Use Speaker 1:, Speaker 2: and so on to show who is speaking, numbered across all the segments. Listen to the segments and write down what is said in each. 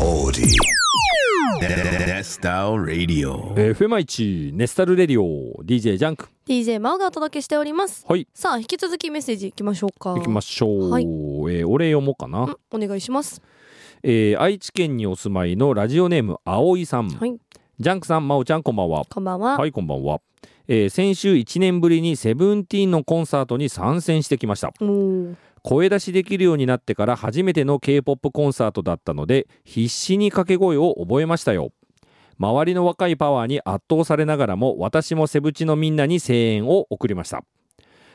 Speaker 1: Audi. Style Radio.
Speaker 2: えー FM1 ネスタルレディオ DJ ジャンク
Speaker 3: DJ マオがお届けしております
Speaker 2: はい
Speaker 3: さあ引き続きメッセージいきましょうか
Speaker 2: 行きましょう、
Speaker 3: はい
Speaker 2: えーお礼読もうかな、
Speaker 3: うんお願いします
Speaker 2: えー愛知県にお住まいのラジオネーム葵さん、
Speaker 3: はい
Speaker 2: ジャンクさんまおちゃんこんばんは
Speaker 3: こんばんは
Speaker 2: はいこんばんは、えー先週1年ぶりにセブンティーンのコンサートに参戦してきました
Speaker 3: おー
Speaker 2: 声出しできるようになってから初めての K-POP コンサートだったので必死に掛け声を覚えましたよ周りの若いパワーに圧倒されながらも私もセブチのみんなに声援を送りました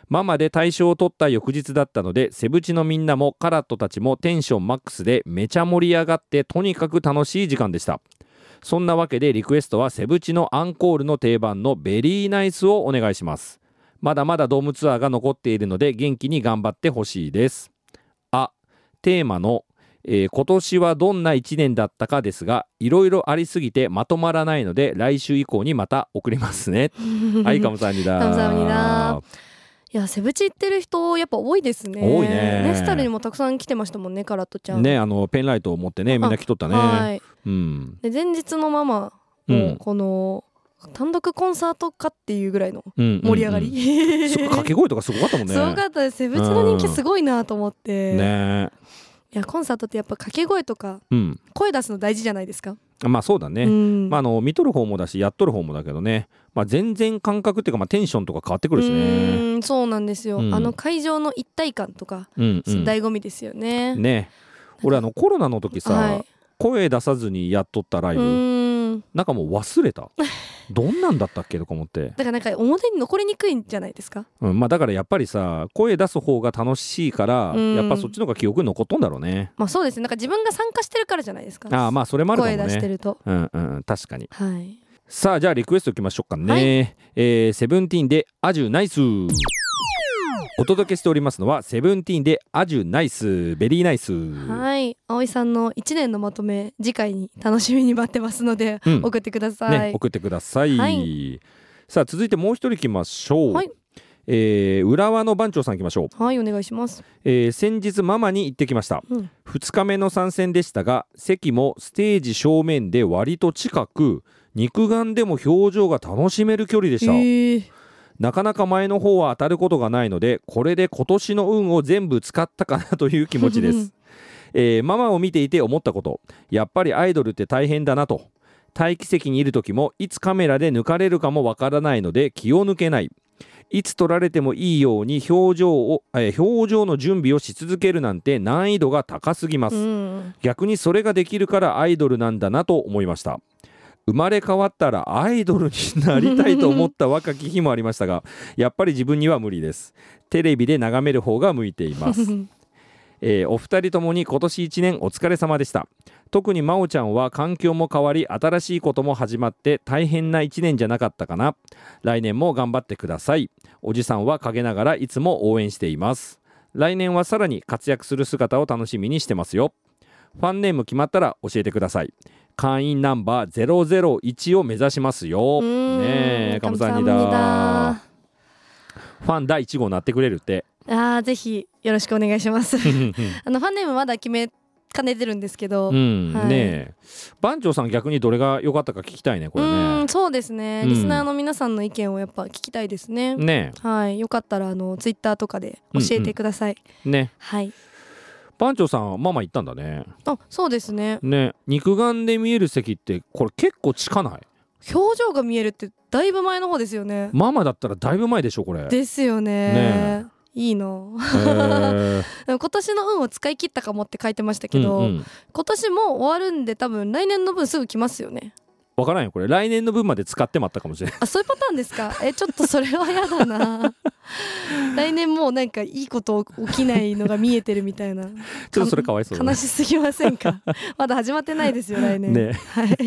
Speaker 2: ママで大賞を取った翌日だったのでセブチのみんなもカラットたちもテンションマックスでめちゃ盛り上がってとにかく楽しい時間でしたそんなわけでリクエストはセブチのアンコールの定番のベリーナイスをお願いしますまだまだドームツアーが残っているので元気に頑張ってほしいです。あ、テーマの、えー今年はどんな1年だったかですが、いろいろありすぎてまとまらないので、来週以降にまた送ります ね。 はい、かもさんにだ。
Speaker 3: カムサハムニダいやセブチ行ってる人やっぱ多いですね
Speaker 2: 多いね
Speaker 3: ネスタルにもたくさん来てましたもんねカラットちゃん
Speaker 2: ね、あの、ペンライトを持ってね、みんな来とった
Speaker 3: は
Speaker 2: ね。
Speaker 3: い
Speaker 2: うん。
Speaker 3: で前日のママ
Speaker 2: う
Speaker 3: も
Speaker 2: ん
Speaker 3: この単独コンサートかっていうぐらいの
Speaker 2: うん
Speaker 3: 盛り上がり、
Speaker 2: うんうんそう掛け声とかすごかったもんね。
Speaker 3: すごかったですセブチの人気すごいなと思って、
Speaker 2: ね
Speaker 3: いやコンサートってやっぱ掛け声とか
Speaker 2: うん。
Speaker 3: 声出すの大事じゃないですか、
Speaker 2: まあそうだね。
Speaker 3: うん
Speaker 2: まあ、あの見とる方もだしやっとる方もだけどね、まあ、全然感覚っていうか、まあ、テンションとか変わってくるし
Speaker 3: う
Speaker 2: ね。
Speaker 3: ーんそうなんですよ、
Speaker 2: うん
Speaker 3: あの会場の一体感とか、
Speaker 2: うんうん
Speaker 3: 醍醐味ですよね
Speaker 2: ね俺あのコロナの時さ、
Speaker 3: はい
Speaker 2: 声出さずにやっとったライ
Speaker 3: う
Speaker 2: ブ、
Speaker 3: ーん
Speaker 2: なんかもう忘れたどんなんだったっけとか思って、
Speaker 3: だからなんか表に残りにくいんじゃないですか
Speaker 2: うんまあ、だからやっぱりさ声出す方が楽しいから、
Speaker 3: うん
Speaker 2: やっぱそっちの方が記憶に残っとんだろうね。
Speaker 3: まあそうですねなんか自分が参加してるからじゃないですか
Speaker 2: ああまあそれもあるかも
Speaker 3: 声出して
Speaker 2: ね。
Speaker 3: ると
Speaker 2: うんうん、確かに
Speaker 3: はい
Speaker 2: さあじゃあリクエストいきましょうかね、
Speaker 3: はい
Speaker 2: えーセブンティーンで「アジュナイス」お届けしておりますのは「セブンティーンでアジュナイスベリーナイス」
Speaker 3: はい葵さんの一年のまとめ次回に楽しみに待ってますので、
Speaker 2: うん
Speaker 3: 送ってくださ
Speaker 2: ね
Speaker 3: い、、
Speaker 2: 送ってください、
Speaker 3: は
Speaker 2: さあ続いてもう一人いきましょう、
Speaker 3: はい
Speaker 2: えー浦和の番長さんいきましょう、
Speaker 3: はいお願いします
Speaker 2: えー先日ママに行ってきました
Speaker 3: うん
Speaker 2: 2日目の参戦でしたが席もステージ正面で割と近く肉眼でも表情が楽しめる距離でした、
Speaker 3: へえ
Speaker 2: なかなか前の方は当たることがないのでこれで今年の運を全部使ったかなという気持ちで
Speaker 3: うん
Speaker 2: す、えーママを見ていて思ったことやっぱりアイドルって大変だなと待機席にいる時もいつカメラで抜かれるかもわからないので気を抜けないいつ撮られてもいいように表情を、えー表情の準備をし続けるなんて難易度が高すぎます、
Speaker 3: うん
Speaker 2: 逆にそれができるからアイドルなんだなと思いました生まれ変わったらアイドルになりたいと思った若き日もありましたがやっぱり自分には無理ですテレビで眺める方が向いていますえーお二人ともに今年1年お疲れ様でした特に真央ちゃんは環境も変わり新しいことも始まって大変な1年じゃなかったかな来年も頑張ってくださいおじさんは陰ながらいつも応援しています来年はさらに活躍する姿を楽しみにしてますよファンネーム決まったら教えてください会員ナンバー001を目指しますよ
Speaker 3: うん
Speaker 2: ねえカムサハムニ
Speaker 3: カム
Speaker 2: ダ
Speaker 3: サ
Speaker 2: ファン第1号になってくれるって
Speaker 3: ハムニダあーぜひよろしくお願いしますあのファンネームまだ決めかねてるんですけど、
Speaker 2: うん、
Speaker 3: は
Speaker 2: ね
Speaker 3: い
Speaker 2: え番長さん逆にどれが良かったか聞きたいねこれ
Speaker 3: う
Speaker 2: ね
Speaker 3: んそうですね、
Speaker 2: うん
Speaker 3: リスナーの皆さんの意見をやっぱ聞きたいですね、
Speaker 2: ね
Speaker 3: はいよかったらあのツイッターとかで教えてください、
Speaker 2: えね
Speaker 3: はい
Speaker 2: 番長さんはママ行ったんだね
Speaker 3: あそうですね
Speaker 2: ね肉眼で見える席ってこれ結構近ない
Speaker 3: 表情が見えるってだいぶ前の方ですよね
Speaker 2: ママだったらだいぶ前でしょこれ
Speaker 3: ですよね
Speaker 2: ね
Speaker 3: いいな
Speaker 2: へー
Speaker 3: でも今年の運を使い切ったかもって書いてましたけど、
Speaker 2: うんうん
Speaker 3: 今年も終わるんで多分来年の分すぐ来ますよね
Speaker 2: わからんよこれ来年の分まで使ってまったかもし れない
Speaker 3: あそういうパターンですかえちょっとそれは嫌だ な来年もうなんかいいこと起きないのが見えてるみたいな
Speaker 2: ちょっとそれかわいそうだ
Speaker 3: 悲しすぎませんかまだ始まってな いですよ来年
Speaker 2: ね
Speaker 3: はい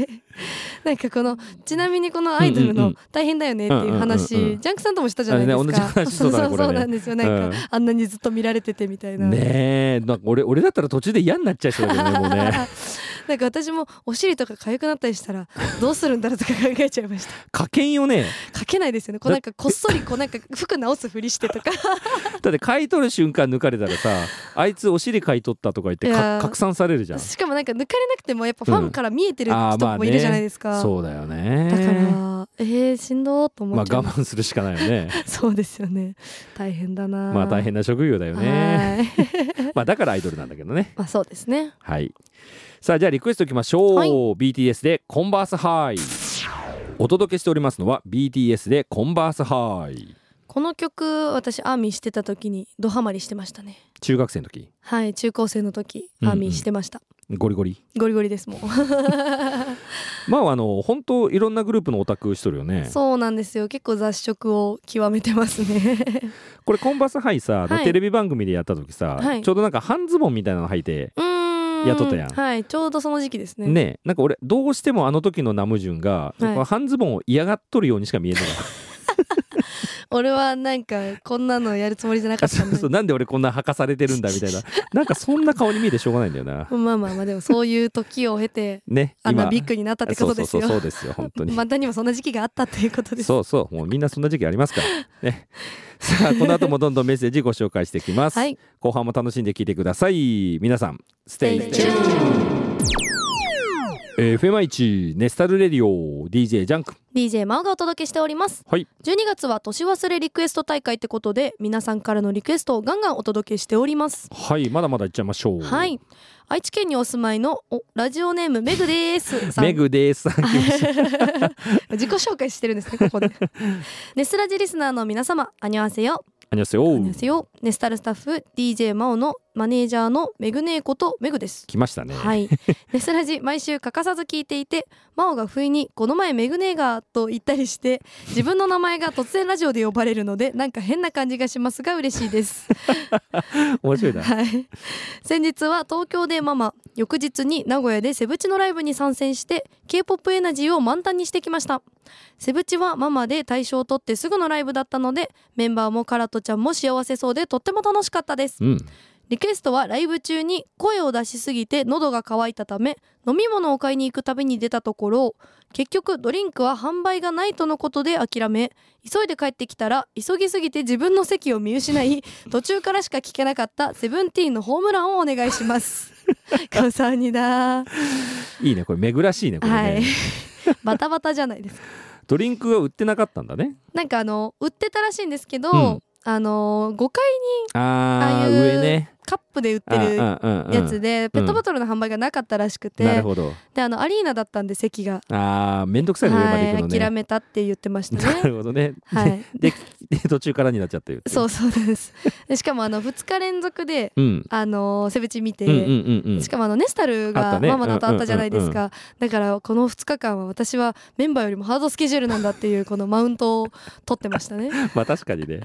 Speaker 3: なんかこのちなみにこのアイドル
Speaker 2: うんうんう
Speaker 3: の
Speaker 2: ん
Speaker 3: 大変だよねっていう話、
Speaker 2: うんうんうんうん
Speaker 3: ジャンクさんともしたじゃないですか、
Speaker 2: あれね同じ話そうだね
Speaker 3: そう
Speaker 2: これね
Speaker 3: そうなんですよなんか、
Speaker 2: うん
Speaker 3: あんなにずっと見られててみたいな、
Speaker 2: ねえなんか俺俺だったら途中で嫌になっちゃいそうだけどねもうね
Speaker 3: なんなんか私もお尻とか痒くなったりしたらどうするんだろうとか考えちゃいました
Speaker 2: 書けんよね
Speaker 3: 書けないですよねこうなんかこっそりこうなんか服直すふりしてとか
Speaker 2: だって買い取る瞬間抜かれたらさあいつお尻買い取ったとか言って
Speaker 3: い
Speaker 2: か
Speaker 3: やー
Speaker 2: 拡散されるじゃん
Speaker 3: しかもなんか抜かれなくてもやっぱファンから見えてる
Speaker 2: うんあーまあ
Speaker 3: 人
Speaker 2: ね
Speaker 3: もいるじゃないですか、
Speaker 2: そうだよ
Speaker 3: だから
Speaker 2: ね
Speaker 3: えー、しんどーと
Speaker 2: まあ
Speaker 3: 思っちゃ
Speaker 2: 我
Speaker 3: う、
Speaker 2: 慢するしかないよ ね
Speaker 3: そうですよね大変だ な
Speaker 2: まあ大変な職業だよね
Speaker 3: は ーい
Speaker 2: まあだからアイドルなんだけどね
Speaker 3: まあそうですね
Speaker 2: はいさあじゃあリクエストいきましょう、
Speaker 3: はい
Speaker 2: BTS で「コンバースハイ」お届けしておりますのは BTS で「コンバースハイ
Speaker 3: この曲私アーミーしてた時にドハマりしてましたね」
Speaker 2: 中学生の時
Speaker 3: はい中高生の時
Speaker 2: うん
Speaker 3: ア
Speaker 2: うん
Speaker 3: ーミーしてました、
Speaker 2: ゴリゴリ
Speaker 3: ゴリゴリですもう
Speaker 2: まああの本当いろんなグループのオタクしとるよね
Speaker 3: そうなんですよ結構雑食を極めてますね
Speaker 2: これコンバースハイさ、あの
Speaker 3: はい
Speaker 2: テレビ番組でやった時さ、
Speaker 3: はい
Speaker 2: ちょうどなんか半ズボンみたいなの履いて
Speaker 3: うーん
Speaker 2: やっとったやん
Speaker 3: はいちょうどその時期ですね
Speaker 2: ねえなんか俺どうしてもあの時のナムジュンが、
Speaker 3: はい
Speaker 2: この半ズボンを嫌がっとるようにしか見えなかっ
Speaker 3: 俺はなんかこんなのやるつもりじゃなか
Speaker 2: た
Speaker 3: っ
Speaker 2: そ
Speaker 3: たん
Speaker 2: う
Speaker 3: で
Speaker 2: そうなんで俺こんな履かされてるんだみ たいななんかそんな顔に見えてしょうがないんだよな
Speaker 3: まあまあまあでもそういう時を経て
Speaker 2: ね
Speaker 3: あんなビッグになったってことですよ
Speaker 2: そうそうそうそうですよ本当に、
Speaker 3: またにもそんな時期があったということです
Speaker 2: そうそうもうみんなそんな時期ありますからねさあこの後もどんどんメッセージご紹介していきます、
Speaker 3: はい
Speaker 2: 後半も楽しんで聞いてください皆さんステイ
Speaker 3: Stay tuned
Speaker 2: FM1 ネスタルレディオ DJ ジャンク
Speaker 3: DJ マオがお届けしております
Speaker 2: はい
Speaker 3: 12月は年忘れリクエスト大会ってことで皆さんからのリクエストをガンガンお届けしております
Speaker 2: はいまだまだいっちゃいましょう
Speaker 3: はい愛知県にお住まいのおラジオネームメグで すさん
Speaker 2: メグですさん
Speaker 3: 自己紹介してるんですねここでネスラジリスナーの皆様アニョハセヨ
Speaker 2: あにょせよ
Speaker 3: アニョハセヨネスタルスタッフ DJ マオのマネージャーのメグネーことメグです
Speaker 2: 来ましたね、
Speaker 3: はいネスラジ毎週欠かさず聞いていてマオが不意に「この前メグネーガー」と言ったりして自分の名前が突然ラジオで呼ばれるのでなんか変な感じがしますが嬉しいです
Speaker 2: 面白いな
Speaker 3: はい、先日は東京でママ翌日に名古屋でセブチのライブに参戦して k p o p エナジーを満タンにしてきましたセブチはママで大賞を取ってすぐのライブだったのでメンバーもカラトちゃんも幸せそうでとっても楽しかったです
Speaker 2: うん
Speaker 3: リクエストはライブ中に声を出しすぎて喉が渇いたため飲み物を買いに行くたびに出たところ結局ドリンクは販売がないとのことで諦め急いで帰ってきたら急ぎすぎて自分の席を見 失い途中からしか聞けなかったセブンティーンのホームランをお願い します。カウサーニだ
Speaker 2: いいねこれめぐらしいねこれね、
Speaker 3: はい。バタバタじゃないですか。
Speaker 2: ドリンクが売ってなかったんだね
Speaker 3: なんかあの売ってたらしいんですけど、
Speaker 2: うん
Speaker 3: あの5回
Speaker 2: あー
Speaker 3: ああいう
Speaker 2: 上ね
Speaker 3: カップで売って
Speaker 2: あ
Speaker 3: る
Speaker 2: あうんうん
Speaker 3: やつで、ペットボトルの販売がなかったらしくて、
Speaker 2: なるほど
Speaker 3: であのアリーナだったんで席が、
Speaker 2: あーめんどくさいの上まで行く
Speaker 3: は
Speaker 2: の
Speaker 3: い、
Speaker 2: ね、
Speaker 3: 諦めたって言ってました
Speaker 2: な
Speaker 3: ね。
Speaker 2: るほどね、
Speaker 3: はい、
Speaker 2: でで途中からになっちゃってる
Speaker 3: そううそ うです。でしかもあの2日連続で、
Speaker 2: うん
Speaker 3: あのーセブチ見て、
Speaker 2: うんうんうんうん
Speaker 3: しかもあのネスタル
Speaker 2: あった
Speaker 3: が
Speaker 2: ね
Speaker 3: ママだとあったじゃないです
Speaker 2: うんうん
Speaker 3: か、だからこの2日間は私はメンバーよりもハードスケジュールなんだっていうこのマウントを取ってまし たね
Speaker 2: まあ確かにね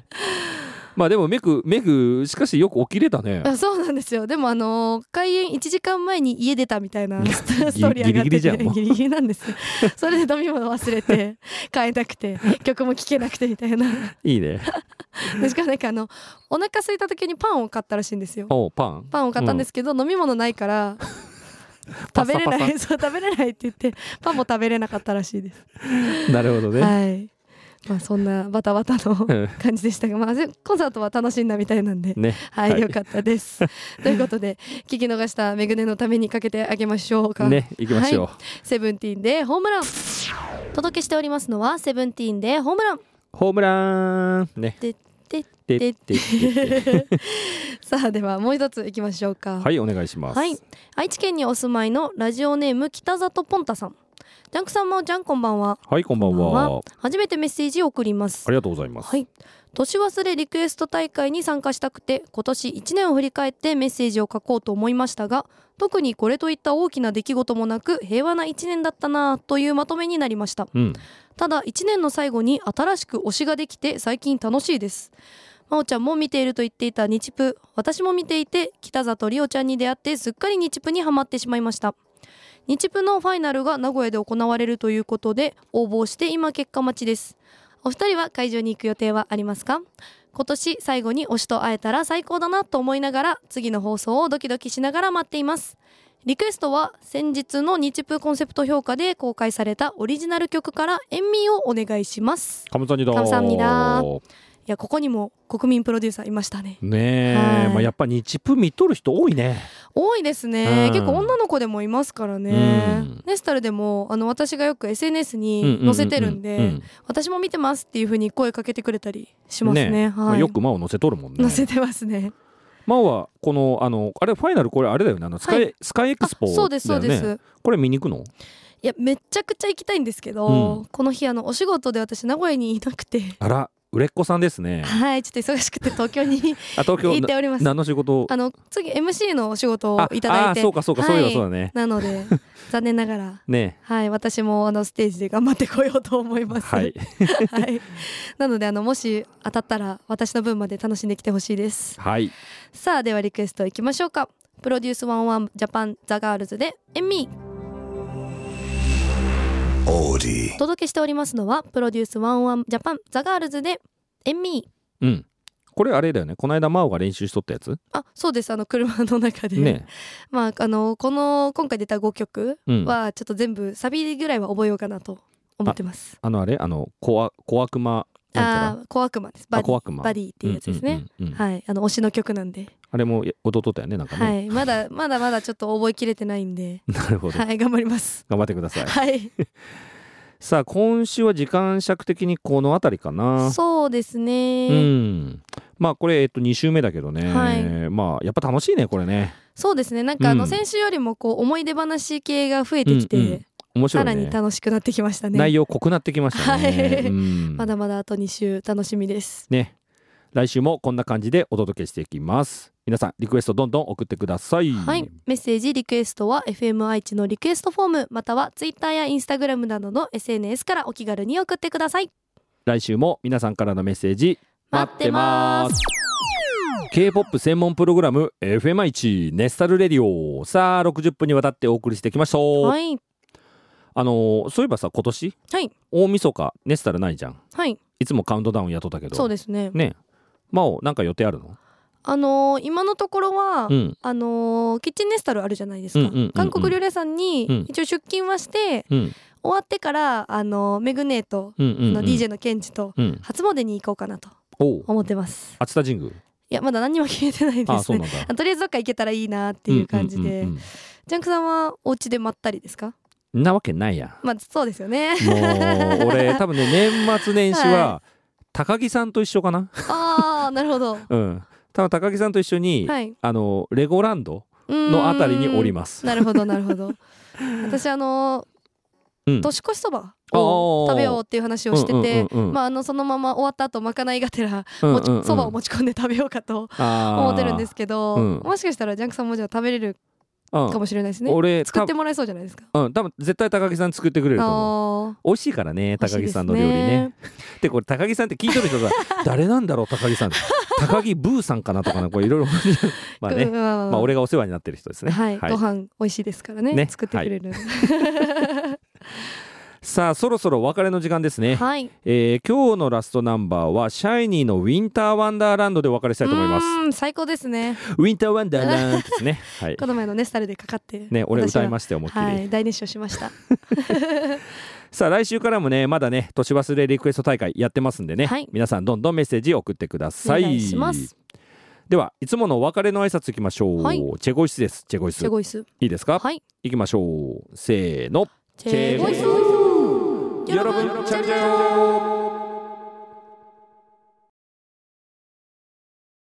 Speaker 2: まあでもメグメグしかしよく起きれたね
Speaker 3: あそうなんですよでもあのー開演1時間前に家出たみたいなスト
Speaker 2: ギリ
Speaker 3: ーリー上が
Speaker 2: ギリ
Speaker 3: ってて
Speaker 2: ギリじゃんもう
Speaker 3: ギリギリなんですよそれで飲み物忘れて買えなくて曲も聴けなくてみたいない
Speaker 2: いね
Speaker 3: でしかもなんかあのお腹空いた時にパンを買ったらしいんですよ
Speaker 2: おパン
Speaker 3: パンを買ったんですけど、飲み物ないから
Speaker 2: パ
Speaker 3: 食
Speaker 2: サ
Speaker 3: べれ
Speaker 2: パサ
Speaker 3: ない そう食べれないって言ってパンも食べれなかったらしいです、
Speaker 2: なるほどね、
Speaker 3: はいまあそんなバタバタの
Speaker 2: うん
Speaker 3: 感じでした が、まあ、でコンサートは楽しんだみたいなんで
Speaker 2: ね
Speaker 3: はい、
Speaker 2: はい
Speaker 3: よかったです ということで聞き逃した「めぐね」のためにかけてあげましょうか、
Speaker 2: ね行きましょう、
Speaker 3: セブンティーンでホームランお届けしておりますのはセブンティーンでホームラン
Speaker 2: ホームランね
Speaker 3: でで
Speaker 2: で
Speaker 3: で
Speaker 2: で でで
Speaker 3: さあではもう一ついきましょうか
Speaker 2: はいお願いします、
Speaker 3: はい、愛知県にお住まいのラジオネーム北里ポンタさんジャンクさんもジャンこんばんは
Speaker 2: はいこんばん
Speaker 3: こんばん
Speaker 2: は
Speaker 3: 初めてメッセージを送ります
Speaker 2: ありがとうございます、
Speaker 3: はい年忘れリクエスト大会に参加したくて今年1年を振り返ってメッセージを書こうと思いましたが特にこれといった大きな出来事もなく平和な1年だったなあというまとめになりました
Speaker 2: うん
Speaker 3: ただ1年の最後に新しく推しができて最近楽しいですまおちゃんも見ていると言っていた日プ私も見ていて北里りおちゃんに出会ってすっかり日プにはまってしまいました日プのファイナルが名古屋で行われるということで応募して今結果待ちですお二人は会場に行く予定はありますか今年最後に推しと会えたら最高だなと思いながら次の放送をドキドキしながら待っていますリクエストは先日の日プコンセプト評価で公開されたオリジナル曲から「塩味」をお願いします
Speaker 2: カムサニだ
Speaker 3: カムサハムニダいやここにも国民プロデューサーいましたね
Speaker 2: ねえ、
Speaker 3: はい
Speaker 2: まあ、やっぱ日プ見とる人多いね
Speaker 3: 多いですね、
Speaker 2: うん
Speaker 3: 結構女の子でもいますからね、
Speaker 2: うん
Speaker 3: ネスタルでもあの私がよく SNS に載せてるんで、
Speaker 2: うう
Speaker 3: 私も見てますっていうふうに声かけてくれたりしますね
Speaker 2: ねえま
Speaker 3: は
Speaker 2: あ
Speaker 3: い、
Speaker 2: よくマオ載せとるもんね
Speaker 3: 載せてます ね
Speaker 2: マオはこのあのあれファイナルこれあれだよねあのスカイ、
Speaker 3: は
Speaker 2: スカイエク
Speaker 3: あ
Speaker 2: スポだよね
Speaker 3: そうですそうです、
Speaker 2: これ見に行くの
Speaker 3: いやめっちゃくちゃ行きたいんですけど、
Speaker 2: うん
Speaker 3: この日あのお仕事で私名古屋にいなくて、
Speaker 2: あら売れっ子さんですね
Speaker 3: はいちょっと忙しくて東京に
Speaker 2: あ東京
Speaker 3: 行っ
Speaker 2: な
Speaker 3: ております
Speaker 2: 何の仕事
Speaker 3: あの次 MC のお仕事を
Speaker 2: あ
Speaker 3: いただい
Speaker 2: あ
Speaker 3: て
Speaker 2: そうかそうか、そういえばそうだね
Speaker 3: なので残念ながら
Speaker 2: ね
Speaker 3: はい私もあのステージで頑張ってこようと思います
Speaker 2: はい
Speaker 3: はいなのであのもし当たったら私の分まで楽しんできてほしいです
Speaker 2: はい
Speaker 3: さあではリクエストいきましょうかプロデュースワンワンジャパンザガールズでエミお
Speaker 1: Audi.
Speaker 3: 届けしておりますのはプロデュースワンワンジャパンザガールズでエミ
Speaker 2: うんこれあれだよねこの間マオが練習しとったやつ
Speaker 3: あそうですあの車の中で、
Speaker 2: ね
Speaker 3: まああのこの今回出た5曲
Speaker 2: うん
Speaker 3: はちょっと全部サビぐらいは覚えようかなと思ってます
Speaker 2: あのあれあの小悪小悪魔なんちゃ
Speaker 3: ああー小悪魔です
Speaker 2: ら
Speaker 3: バ
Speaker 2: あ
Speaker 3: ディ
Speaker 2: 小悪魔
Speaker 3: バ
Speaker 2: ディっ
Speaker 3: ディっていうやつですね、はいあの推しの曲なんで、
Speaker 2: あれも踊っとったよねなんかね、
Speaker 3: はいまだまだまだちょっと覚えきれてないんで
Speaker 2: なるほど、
Speaker 3: はい頑張ります
Speaker 2: 頑張ってください
Speaker 3: はい
Speaker 2: さあ今週は時間尺的にこの辺りかな
Speaker 3: そうですね、
Speaker 2: うんまあこれ、えっと、2週目だけどね、
Speaker 3: はい
Speaker 2: まあやっぱ楽しいねこれね
Speaker 3: そうですねなんかあの
Speaker 2: うん
Speaker 3: 先週よりもこう思い出話系が増えてきて、
Speaker 2: うんうん面白
Speaker 3: さ
Speaker 2: いね
Speaker 3: らに楽しくなってきましたね
Speaker 2: 内容濃くなってきましたね、
Speaker 3: はい
Speaker 2: うん
Speaker 3: まだまだあと2週楽しみです
Speaker 2: ね来週もこんな感じでお届けしていきます皆さんリクエストどんどん送ってください
Speaker 3: はいメッセージリクエストは FM 愛知のリクエストフォームまたは Twitter や Instagram などの SNS からお気軽に送ってください
Speaker 2: 来週も皆さんからのメッセージ
Speaker 3: 待ってます
Speaker 2: す K-POP 専門プログラム FMI1 ネスタルレディオさあ60分にわたってお送りしてきました、
Speaker 3: はい
Speaker 2: あのーそういえばさ今年
Speaker 3: はい
Speaker 2: 大晦日ネスタルないじゃん
Speaker 3: はい
Speaker 2: いつもカウントダウンやっとったけど
Speaker 3: そうですね
Speaker 2: ねまおなんか予定あるの
Speaker 3: あのー今のところは、
Speaker 2: うん
Speaker 3: あのーキッチンネスタルあるじゃないですか、
Speaker 2: うんうんうんうん
Speaker 3: 韓国料理屋さん
Speaker 2: う
Speaker 3: に
Speaker 2: ん
Speaker 3: 一応出勤はして、
Speaker 2: うん
Speaker 3: 終わってからあのーメグネーと
Speaker 2: うんうん、
Speaker 3: あ
Speaker 2: うん、
Speaker 3: の DJ のケンチと
Speaker 2: うん
Speaker 3: 初詣に行こうかなと
Speaker 2: おう
Speaker 3: 思ってます
Speaker 2: 熱田神宮
Speaker 3: いやまだ何にも決めてないですね
Speaker 2: あそうなんだっ
Speaker 3: あとりあえずどっか行けたらいいなっていう感じで、ジャンクさんはお家でまったりですか
Speaker 2: なわけないやん
Speaker 3: まあそうですよね
Speaker 2: もう 俺多分ね年末年始は高木さんと一緒かな
Speaker 3: ああなるほど
Speaker 2: うん多分高木さんと一緒に、
Speaker 3: はい
Speaker 2: あのレゴランド
Speaker 3: の
Speaker 2: のあたりにおります
Speaker 3: なるほどなるほど私あのー
Speaker 2: うん
Speaker 3: 年越しそばを
Speaker 2: あー
Speaker 3: 食べようっていう話をしてて、
Speaker 2: うんうんうんうん
Speaker 3: まあ、あのそのまま終わった後まかないがてら
Speaker 2: うん
Speaker 3: も
Speaker 2: うんうん
Speaker 3: ちそばを持ち込んで食べようかと思
Speaker 2: 思
Speaker 3: ってるんですけど、
Speaker 2: うん
Speaker 3: もしかしたらジャンクさんもじゃあ食べれるかもしれないですね、
Speaker 2: 俺
Speaker 3: 作ってもらえそうじゃないですか
Speaker 2: 多分うん多分絶対高木さん作ってくれると思う
Speaker 3: あ
Speaker 2: 美味しいからね
Speaker 3: ー美味し
Speaker 2: 高
Speaker 3: いで
Speaker 2: 木
Speaker 3: す
Speaker 2: さんの料理ねでこれ高木さんって聞いとる 人が誰なんだろう高木さんって高木ブーさんかなとかなこれいろいろ まあ
Speaker 3: うん
Speaker 2: ね
Speaker 3: まあまあ
Speaker 2: まあ俺がお世話になってる人ですね
Speaker 3: はい、
Speaker 2: はい
Speaker 3: ご飯美味しいですからね
Speaker 2: ね
Speaker 3: 作ってくれる、はい
Speaker 2: さあそろそろお別れの時間ですね
Speaker 3: はい、
Speaker 2: えー今日のラストナンバーは「シャイニーのウィンターワンダーランド」でお別れしたいと思います
Speaker 3: うーん最高ですね
Speaker 2: ウィンターワンダーランドですねはい
Speaker 3: この前のネスタルでかかって
Speaker 2: ね俺歌いま
Speaker 3: し
Speaker 2: したよ思いっきり、
Speaker 3: はい大熱唱しました
Speaker 2: さあ来週からもねまだね年忘れリクエスト大会やってますんでね、
Speaker 3: はい
Speaker 2: 皆さんどんどんメッセージ送ってください
Speaker 3: お願いします
Speaker 2: ではいつものお別れの挨拶いきましょう、
Speaker 3: はい
Speaker 2: チェゴイスですチェゴイス
Speaker 3: チェゴイス
Speaker 2: いいですか、
Speaker 3: はい
Speaker 2: いきましょうせーの
Speaker 3: チェゴイス
Speaker 2: チェゴイス
Speaker 3: 여러분, 잘
Speaker 2: 자요